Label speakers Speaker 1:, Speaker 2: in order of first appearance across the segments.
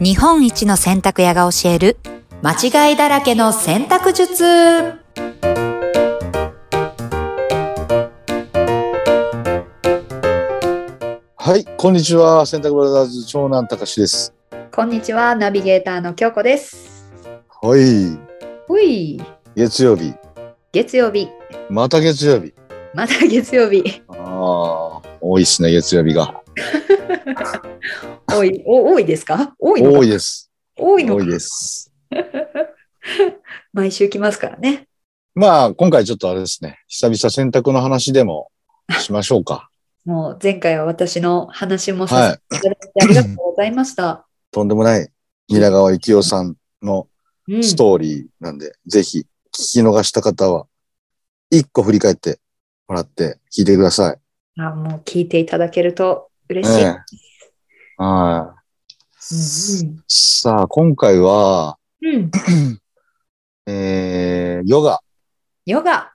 Speaker 1: 日本一の洗濯屋が教える間違いだらけの洗濯術
Speaker 2: はい、こんにちは。洗濯ブラザーズ長男たかしです。
Speaker 1: こんにちはナビゲーターの京子です
Speaker 2: はい、
Speaker 1: ほい
Speaker 2: 月曜日、
Speaker 1: 月曜日
Speaker 2: また月曜日。
Speaker 1: また月曜日
Speaker 2: ああ、多いですね。月曜日が
Speaker 1: 多いお多いですか多いのか
Speaker 2: 多いです。
Speaker 1: 多いの
Speaker 2: 多
Speaker 1: か
Speaker 2: いです。
Speaker 1: 毎週来ますからね
Speaker 2: まあ、今回ちょっとあれですね。久々洗濯の話でもしましょ うか。
Speaker 1: もう前回は私の話も
Speaker 2: は
Speaker 1: さ
Speaker 2: い、
Speaker 1: せていただいてありがとうございました、
Speaker 2: とんでもない皆川幸雄さんの
Speaker 1: うん
Speaker 2: ストーリーなんで、ぜひ聞き逃した方は一個振り返ってもらって聞いてください。
Speaker 1: あもう聞いていただけると嬉しい、
Speaker 2: ええはい。
Speaker 1: うん
Speaker 2: さあ、今回は、
Speaker 1: うんうん、
Speaker 2: えー、ヨガ。
Speaker 1: ヨガ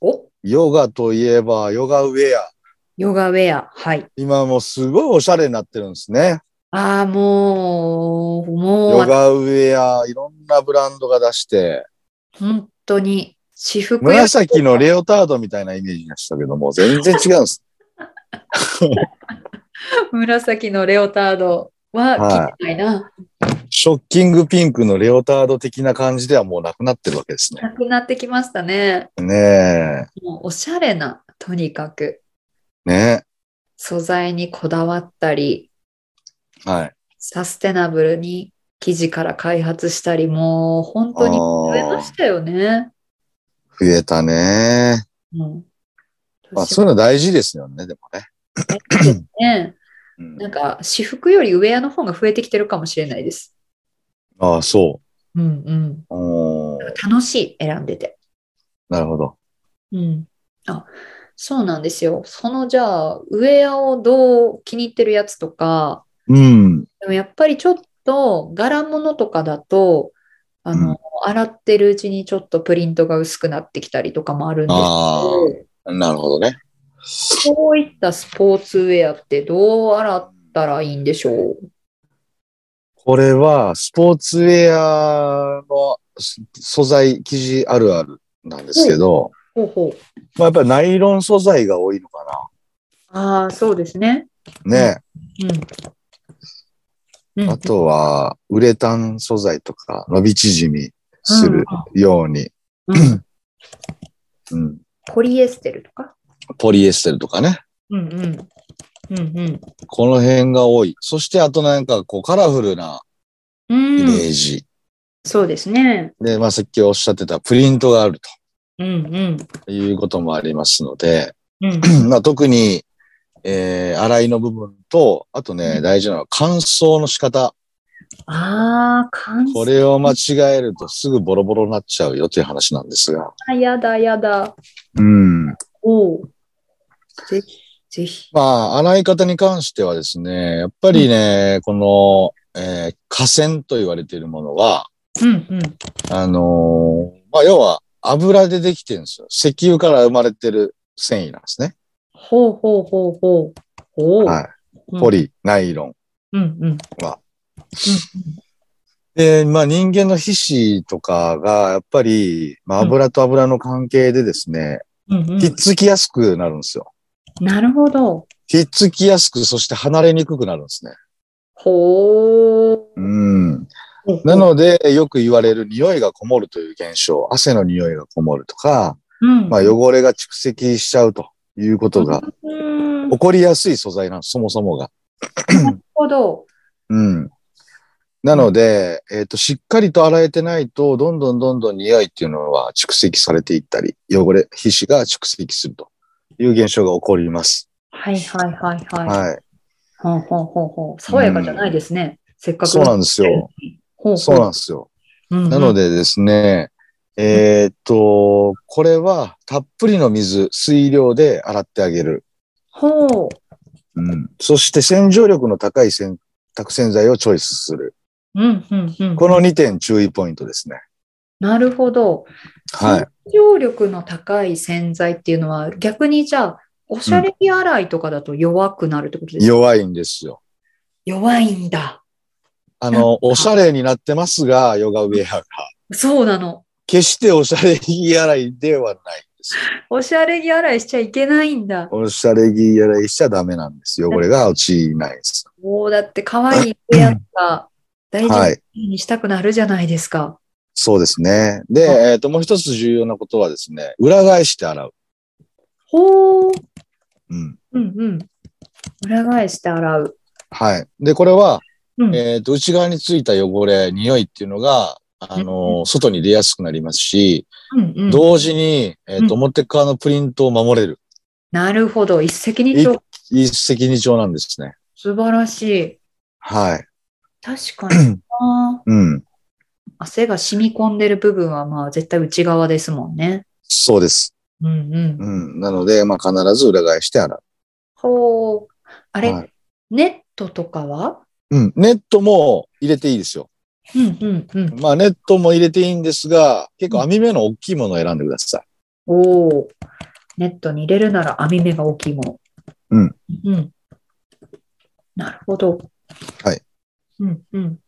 Speaker 1: お
Speaker 2: ヨガといえば、ヨガウェア。
Speaker 1: ヨガウェアはい
Speaker 2: 今もうすごいおしゃれになってるんですね。
Speaker 1: ああ、もう、も
Speaker 2: ヨ
Speaker 1: う、
Speaker 2: ガウェア、いろんなブランドが出して、
Speaker 1: 本当に、私服よ
Speaker 2: 紫のレオタードみたいなイメージでしたけども、全然違うん です。
Speaker 1: 紫のレオタードは
Speaker 2: は
Speaker 1: 着てないな。
Speaker 2: ショッキングピンクのレオタード的な感じではもうなくなってるわけですね。
Speaker 1: なくなってきましたね。
Speaker 2: ね
Speaker 1: もう、おしゃれな、とにかく、
Speaker 2: え。ね
Speaker 1: 素材にこだわったり、
Speaker 2: え。はい。
Speaker 1: サステナブルに生地から開発したり、もう、本当に増えましたよね。
Speaker 2: 増えたね。
Speaker 1: うん。
Speaker 2: まあ、そういうの大事ですよね、でもね。
Speaker 1: ね、
Speaker 2: うん
Speaker 1: なんか、私服よりウェアの方が増えてきてるかもしれないです。
Speaker 2: ああ、そ
Speaker 1: うんうん。
Speaker 2: う。おー
Speaker 1: 楽しい、選んでて。
Speaker 2: なるほど。
Speaker 1: うん。あ、そうなんですよ。そのじゃあ、ウェアをどう気に入ってるやつとか、
Speaker 2: うん。
Speaker 1: でもやっぱりちょっと柄物とかだと、あの、
Speaker 2: うん
Speaker 1: 洗ってるうちにちょっとプリントが薄くなってきたりとかもあるんですけ
Speaker 2: あ
Speaker 1: ど、
Speaker 2: あ、なるほどね。
Speaker 1: こういったスポーツウェアってどう洗ったらいいんでしょう
Speaker 2: これは、スポーツウェアのす素材、生地あるあるなんですけど、
Speaker 1: ほうほう。
Speaker 2: まあ、やっぱりナイロン素材が多いのか
Speaker 1: ああ、そうですね。
Speaker 2: な。ね。
Speaker 1: うん。うん
Speaker 2: あとは、ウレタン素材とか、伸び縮みするように、
Speaker 1: うんうん
Speaker 2: うん、
Speaker 1: ポリエステルとか。
Speaker 2: ポリエステルとかね。
Speaker 1: うんうん。うんうん。
Speaker 2: この辺が多い。そして、あとなんか、こう、カラフルなイメ
Speaker 1: うん、
Speaker 2: ージ。
Speaker 1: そうですね。
Speaker 2: で、まあ、さっきおっしゃってたプリントがある
Speaker 1: うんうん。
Speaker 2: ということもありますので、
Speaker 1: うん、
Speaker 2: まあ、特に、えー、洗いの部分と、あとね、大事なのは乾燥の仕方。
Speaker 1: ああ、乾
Speaker 2: こ
Speaker 1: 燥
Speaker 2: れを間違えるとすぐボロボロになっちゃうよという話なんですが。
Speaker 1: やだやだ。
Speaker 2: うん。ま
Speaker 1: おう。ぜひ、ぜひ。
Speaker 2: あ、洗い方に関してはですね、やっぱりね、この、えー、河川と言われているものは、
Speaker 1: うんうん。
Speaker 2: あのーまあ、要は油でできてるんですよ。石油から生まれてる繊維なんですね。
Speaker 1: ほうほうほうほう。ほう。
Speaker 2: はい。ポ。リ、ナイロン。
Speaker 1: うんうん。
Speaker 2: はで、まあ人間の皮脂とかが、やっぱり、まあ
Speaker 1: うん
Speaker 2: 油と油の関係でですね、
Speaker 1: うんうん。うんう
Speaker 2: ひっつきやすくなるんですよ。
Speaker 1: ん。なるほど。
Speaker 2: ひっつきやすく、そして離れにくくなるんですね。
Speaker 1: ほう。
Speaker 2: うん。なので、よく言われる匂いがこもるという現象、汗の匂いがこもるとか、
Speaker 1: うん、
Speaker 2: まあ汚れが蓄積しちゃうということが
Speaker 1: うん。な
Speaker 2: 起
Speaker 1: る
Speaker 2: こりやすい素材なんです、そもそもが。
Speaker 1: ほど。
Speaker 2: うん。なので、えっ、と、しっかりと洗えてないと、どんどんどんどん匂いっていうのは蓄積されていったり、汚れ、皮脂が蓄積するという現象が起こります。
Speaker 1: はいはいはいはい。
Speaker 2: はい。
Speaker 1: ほうほうほうほう。爽やかじゃないですね。せっかく。
Speaker 2: そうなんですよ。。
Speaker 1: ほうほう。
Speaker 2: そうなんですよ。
Speaker 1: うんうん
Speaker 2: なの。でですね、えっと、これはたっぷりの水、水量で洗ってあげる。
Speaker 1: ほう。
Speaker 2: うん。そして洗浄力の高い洗濯洗剤をチョイスする。
Speaker 1: うんうんうん。
Speaker 2: この2点注意ポイントですね。
Speaker 1: なるほど。
Speaker 2: はい。
Speaker 1: 洗浄力の高い洗剤っていうのは逆にじゃあおしゃれ着洗いとかだと弱くなるってことですか、
Speaker 2: 弱いんですよ。
Speaker 1: 弱いんだ。
Speaker 2: あの、おしゃれになってますが、ヨガウェアが。
Speaker 1: そうなの。
Speaker 2: 決しておしゃれ着洗いではない んですよ。
Speaker 1: おしゃれ着洗いしちゃいけないんだ。
Speaker 2: おしゃれ着洗いしちゃダメなんですよ。これが落ちないです。
Speaker 1: もうだって可愛いウェアとか大
Speaker 2: は
Speaker 1: 事
Speaker 2: い
Speaker 1: にしたくなるじゃないですか。
Speaker 2: そうですね。で、
Speaker 1: は
Speaker 2: えっ、と、もう一つ重要なことはですね、裏返して洗う。
Speaker 1: ほう。
Speaker 2: うん。
Speaker 1: うんうん。裏返して洗う。
Speaker 2: はい。で、これは、
Speaker 1: うん。
Speaker 2: えっ、と、内側についた汚れ、匂いっていうのが、あの、外に出やすくなりますし、
Speaker 1: うんうん
Speaker 2: 同時に、えっ、と、
Speaker 1: うん
Speaker 2: 表側のプリントを守れる。
Speaker 1: なるほど。一石二鳥。
Speaker 2: 一石二鳥なんですね。
Speaker 1: 素晴らしい。
Speaker 2: はい。
Speaker 1: 確かにな。
Speaker 2: うん。
Speaker 1: 汗が染み込んでる部分はまあ絶対内側ですもんね。
Speaker 2: そうです。
Speaker 1: うんうん。
Speaker 2: うん。なので、まあ、必ず裏返して洗う。
Speaker 1: ほう。あれ、
Speaker 2: はい
Speaker 1: ネットとかは
Speaker 2: うん。ネットも入れていいですよ。
Speaker 1: うんうんうん。
Speaker 2: まあ、ネットも入れていいんですが、結構網目の大きいものを選んでください。
Speaker 1: おお。ネットに入れるなら網目が大きいもの。
Speaker 2: うん。
Speaker 1: うん。なるほど。
Speaker 2: はい。
Speaker 1: うんうん。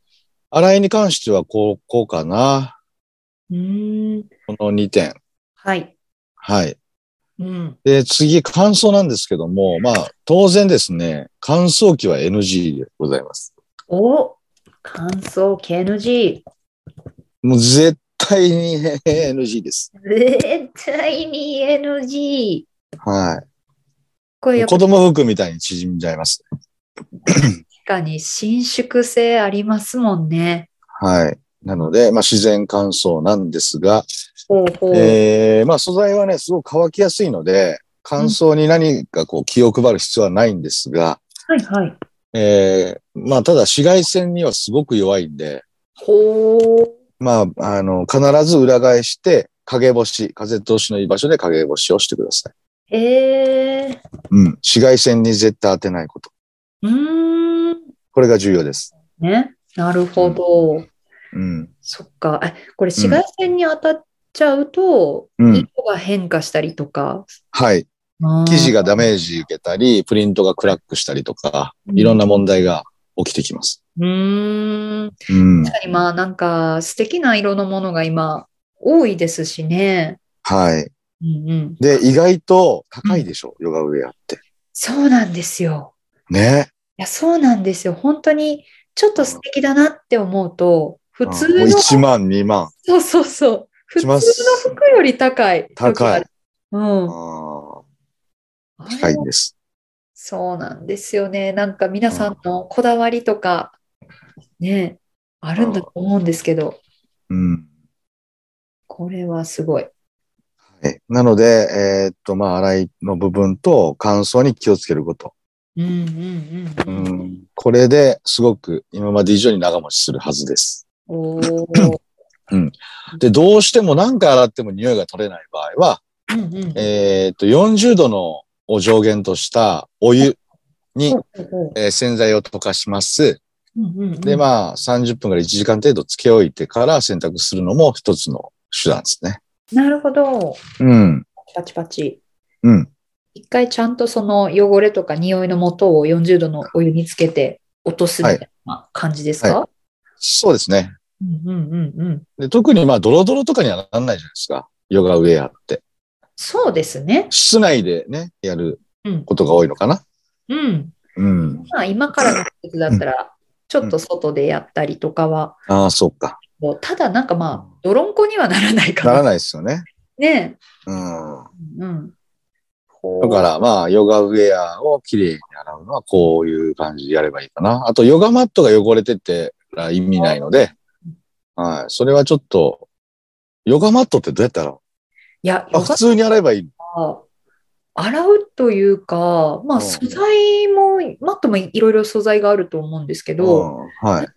Speaker 2: 洗いに関しては、こう、こうかな。
Speaker 1: うーん。
Speaker 2: この2点。
Speaker 1: はい。
Speaker 2: はい。
Speaker 1: うん。
Speaker 2: で、次、乾燥なんですけども、まあ、当然ですね、乾燥機は NG でございます。
Speaker 1: お乾燥 KNG。
Speaker 2: もう絶対に NG です。
Speaker 1: 絶対に NG。
Speaker 2: は
Speaker 1: これ
Speaker 2: い。
Speaker 1: やっぱ
Speaker 2: 子
Speaker 1: 確
Speaker 2: 供服みたいに縮んじゃいます。
Speaker 1: かに伸縮性ありますもんね。
Speaker 2: はい。なので、まあ、自然乾燥なんですが、
Speaker 1: ほうほう。
Speaker 2: えー、まあ、素材はね、すごく乾きやすいので、乾燥に何かこう気を配る必要はないんですが、
Speaker 1: はいはい。
Speaker 2: えー、まあ、ただ紫外線にはすごく弱いんで、
Speaker 1: ほう。
Speaker 2: まあ、あの、必ず裏返して、陰干し、風通しのいい場所で陰干しをしてください。
Speaker 1: えー。
Speaker 2: うん。紫外線に絶対当てないこと。
Speaker 1: うーん。
Speaker 2: これが重要です。
Speaker 1: ね。なるほど。
Speaker 2: うん。
Speaker 1: そっか。え、これ紫外線に当たっちゃうと、
Speaker 2: うん。
Speaker 1: 色が変化したりとか、
Speaker 2: はい。
Speaker 1: あー
Speaker 2: 生地がダメージ受けたり、プリントがクラックしたりとか、いろんな問題が起きてきます。
Speaker 1: うーん。
Speaker 2: うん。
Speaker 1: 確かにまあなんか素敵な色のものが今多いですしね。
Speaker 2: はい。
Speaker 1: うんうん。
Speaker 2: で、意外と高いでしょ、ヨガウェアって。
Speaker 1: そうなんですよ。
Speaker 2: ね。
Speaker 1: いや、そうなんですよ。本当にちょっと素敵だなって思うと、普通
Speaker 2: うんもう
Speaker 1: の、
Speaker 2: 1万、2万。
Speaker 1: そうそうそう。普
Speaker 2: し
Speaker 1: 通
Speaker 2: ま
Speaker 1: の
Speaker 2: す
Speaker 1: 服より高い。
Speaker 2: 高い。
Speaker 1: うん。
Speaker 2: あ
Speaker 1: あ
Speaker 2: ー
Speaker 1: れ
Speaker 2: 高いんです。
Speaker 1: そうなんですよね。なんか皆さんのこだわりとか、ね、あるんだと思うんですけど、
Speaker 2: うん。
Speaker 1: これはすごい。
Speaker 2: はいなので、えーっと、まあ、洗いの部分と乾燥に気をつけること。
Speaker 1: うんうんう
Speaker 2: う
Speaker 1: んうん。
Speaker 2: ん、これですごく今まで以上に長持ちするはずです。
Speaker 1: おお。
Speaker 2: で、どうしても何回洗っても匂いが取れない場合は、
Speaker 1: うんうん。
Speaker 2: えーっと、40度のを上限としたお湯に、えー洗剤を溶かします。で、
Speaker 1: あ、
Speaker 2: まあ、30分から1時間程度つけ置いてから洗濯するのも一つの手段ですね。
Speaker 1: なるほど。
Speaker 2: うん。
Speaker 1: パチパチ。
Speaker 2: うん。
Speaker 1: 一回ちゃんとその汚れとか匂いの元を40度のお湯につけて落とすみたいな感じですか、
Speaker 2: はそうですね。
Speaker 1: うんうんうんうん。
Speaker 2: で特にまあ、ドロドロとかにはならないじゃないですか。ヨガウェアって。
Speaker 1: そうですね。
Speaker 2: 室内でね、やる
Speaker 1: うん
Speaker 2: ことが多いのかな。
Speaker 1: うん。
Speaker 2: うん。
Speaker 1: まあ今からの季節だったら、ちょっと外でやったりとかは、
Speaker 2: ああ、そっか。
Speaker 1: もうただなんかまあ、泥んこにはならないか
Speaker 2: なら
Speaker 1: ら。
Speaker 2: ないですよね。
Speaker 1: ね
Speaker 2: うん。
Speaker 1: え。うん。ほ
Speaker 2: だか
Speaker 1: う
Speaker 2: らまあ、ヨガウェアをきれいに洗うのはこういう感じでやればいいかな。あと、ヨガマットが汚れててら意味ないので、はい。それはちょっと、ヨガマットってどうやったら
Speaker 1: いや、
Speaker 2: あ、
Speaker 1: よか
Speaker 2: 普
Speaker 1: っ
Speaker 2: 通に洗えばいい
Speaker 1: た。
Speaker 2: の
Speaker 1: 洗うというか、ま
Speaker 2: うん
Speaker 1: あ素材も、マットもいろいろ素材があると思うんですけど、
Speaker 2: うんはい。
Speaker 1: 大体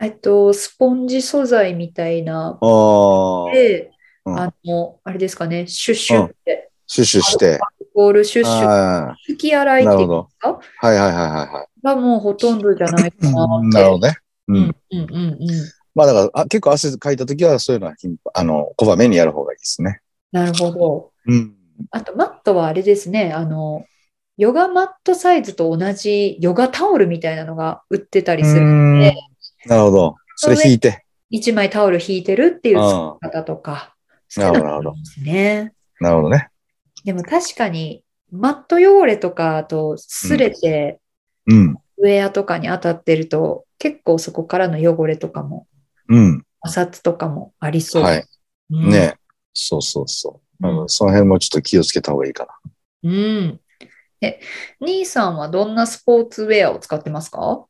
Speaker 1: えっと、スポンジ素材みたいな、
Speaker 2: ああ、
Speaker 1: で、
Speaker 2: うん
Speaker 1: あの、あれですかね、シュッシュって、
Speaker 2: シュッシュして。
Speaker 1: アルコールシュッシュ、
Speaker 2: あ
Speaker 1: 拭き洗
Speaker 2: あ、
Speaker 1: いって
Speaker 2: なる
Speaker 1: い
Speaker 2: ほ
Speaker 1: う
Speaker 2: ど。
Speaker 1: か
Speaker 2: はいはいはいはいはい。
Speaker 1: がもうほとんどじゃないかな
Speaker 2: うん
Speaker 1: って。
Speaker 2: なるほどね。う
Speaker 1: うんん。うんうんうん。
Speaker 2: まあだから、あ結構汗かいたときは、そういうのは頻繁、あの、こまめにやる方がいいですね。
Speaker 1: なるほど。
Speaker 2: うん。
Speaker 1: あと、マットはあれですね、あの、ヨガマットサイズと同じヨガタオルみたいなのが売ってたりす
Speaker 2: う
Speaker 1: る
Speaker 2: ん
Speaker 1: ので、
Speaker 2: なるほど。それ引いて。
Speaker 1: 一枚タオル引いてるっていう
Speaker 2: うん
Speaker 1: 使い方とか、好きなのもありますね。
Speaker 2: なるほどね。
Speaker 1: でも確かに、マット汚れとか、あと、擦れて、
Speaker 2: うん。
Speaker 1: ウェアとかに当たってると、結構そこからの汚れとかも、
Speaker 2: うん。
Speaker 1: 摩擦とかもありそう。
Speaker 2: はい。
Speaker 1: うん
Speaker 2: ねそうそうそう。
Speaker 1: うん
Speaker 2: なのでその辺もちょっと気をつけた方がいいかな。
Speaker 1: うん。え、兄さんはどんなスポーツウェアを使ってますか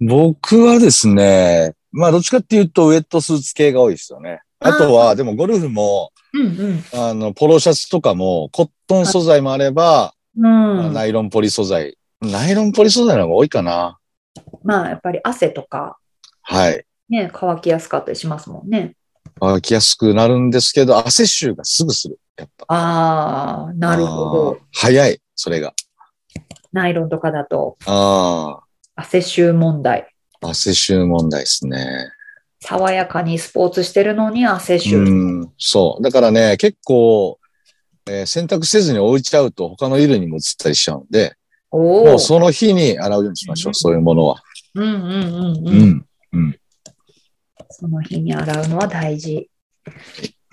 Speaker 2: 僕はですね、まあどっちかっていうとウェットスーツ系が多いですよね。
Speaker 1: あ
Speaker 2: あ
Speaker 1: ー
Speaker 2: とは、でもゴルフも、
Speaker 1: うん
Speaker 2: あの、ポロシャツとかも、コットン素材もあれば、
Speaker 1: うん。うん、
Speaker 2: ナイロンポリ素材。ナイロンポリ素材の方が多いかな。
Speaker 1: まあ、やっぱり汗とか、
Speaker 2: はい。
Speaker 1: ね、乾きやすかったりしますもんね。
Speaker 2: 乾きやすくなるんですけど、汗臭がすぐする。やっぱ。
Speaker 1: ああ、なるほ
Speaker 2: あー
Speaker 1: ど。。
Speaker 2: 早い、それが。
Speaker 1: ナイロンとかだと、
Speaker 2: あ
Speaker 1: 汗臭問題。
Speaker 2: あ、汗臭問題ですね。
Speaker 1: 爽やかにスポーツしてるのに汗臭。
Speaker 2: うん、そう。だからね、結構、えー洗濯せずに置いちゃうと他の衣類にも移ったりしちゃうんで、
Speaker 1: お
Speaker 2: も
Speaker 1: お
Speaker 2: う。その日に洗うようにしまし
Speaker 1: う
Speaker 2: ょ
Speaker 1: ん
Speaker 2: う、そういうものは。
Speaker 1: うんうんうん
Speaker 2: う
Speaker 1: うん。
Speaker 2: ん。
Speaker 1: その日に洗うのは大事。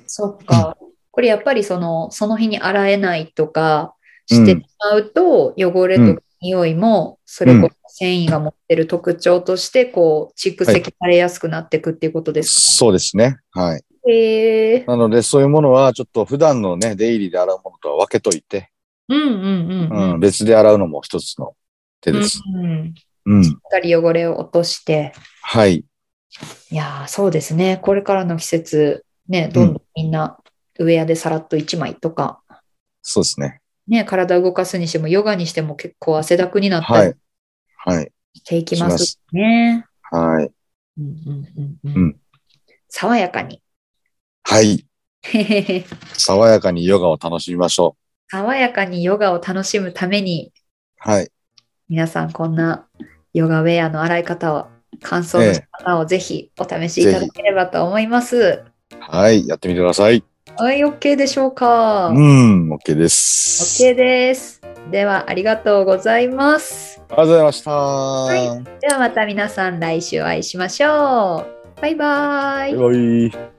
Speaker 1: そっか。これやっぱりその、その日に洗えないとかしてしまうと、汚れとか匂いも、それこそ繊維が持ってる特徴として、こう、蓄積されやすくなっていくっていうことです
Speaker 2: そうですね。はい。
Speaker 1: か。へえ。
Speaker 2: なので、そういうものは、ちょっと普段のね、出入りで洗うものとは分けといて、
Speaker 1: うんうんうん
Speaker 2: う
Speaker 1: うん
Speaker 2: ん、。別で洗うのも一つの手
Speaker 1: うん
Speaker 2: です。
Speaker 1: うん
Speaker 2: うん。
Speaker 1: しっかり汚れを落として。
Speaker 2: はい。
Speaker 1: いやーそうですね。これからの季節、ね、どんどんみんな、ウェアでさらっと1枚とか、
Speaker 2: そうですね。
Speaker 1: ね、体動かすにしても、ヨガにしても結構汗だくになった
Speaker 2: は
Speaker 1: り
Speaker 2: い。はい。
Speaker 1: していき
Speaker 2: し
Speaker 1: ま
Speaker 2: ますす
Speaker 1: ね。
Speaker 2: はい。
Speaker 1: うんうんうんう
Speaker 2: うんん
Speaker 1: 爽やかに。
Speaker 2: はい。爽やかにヨガを楽しみましょ
Speaker 1: 爽やかにヨガを楽しむために、
Speaker 2: う。はい。
Speaker 1: 皆さんこんなヨガウェアの洗い方を、感想の仕方をぜひお試しいただければと思います。
Speaker 2: はい。やってみてください。
Speaker 1: はい、OK でしょうか、
Speaker 2: う
Speaker 1: ?OK
Speaker 2: ん。OK です。
Speaker 1: です。では、ありがとうございます。
Speaker 2: ありがとうございました。
Speaker 1: いではまた皆さん来週お会いしましょう。バイバイ。
Speaker 2: バイバイ。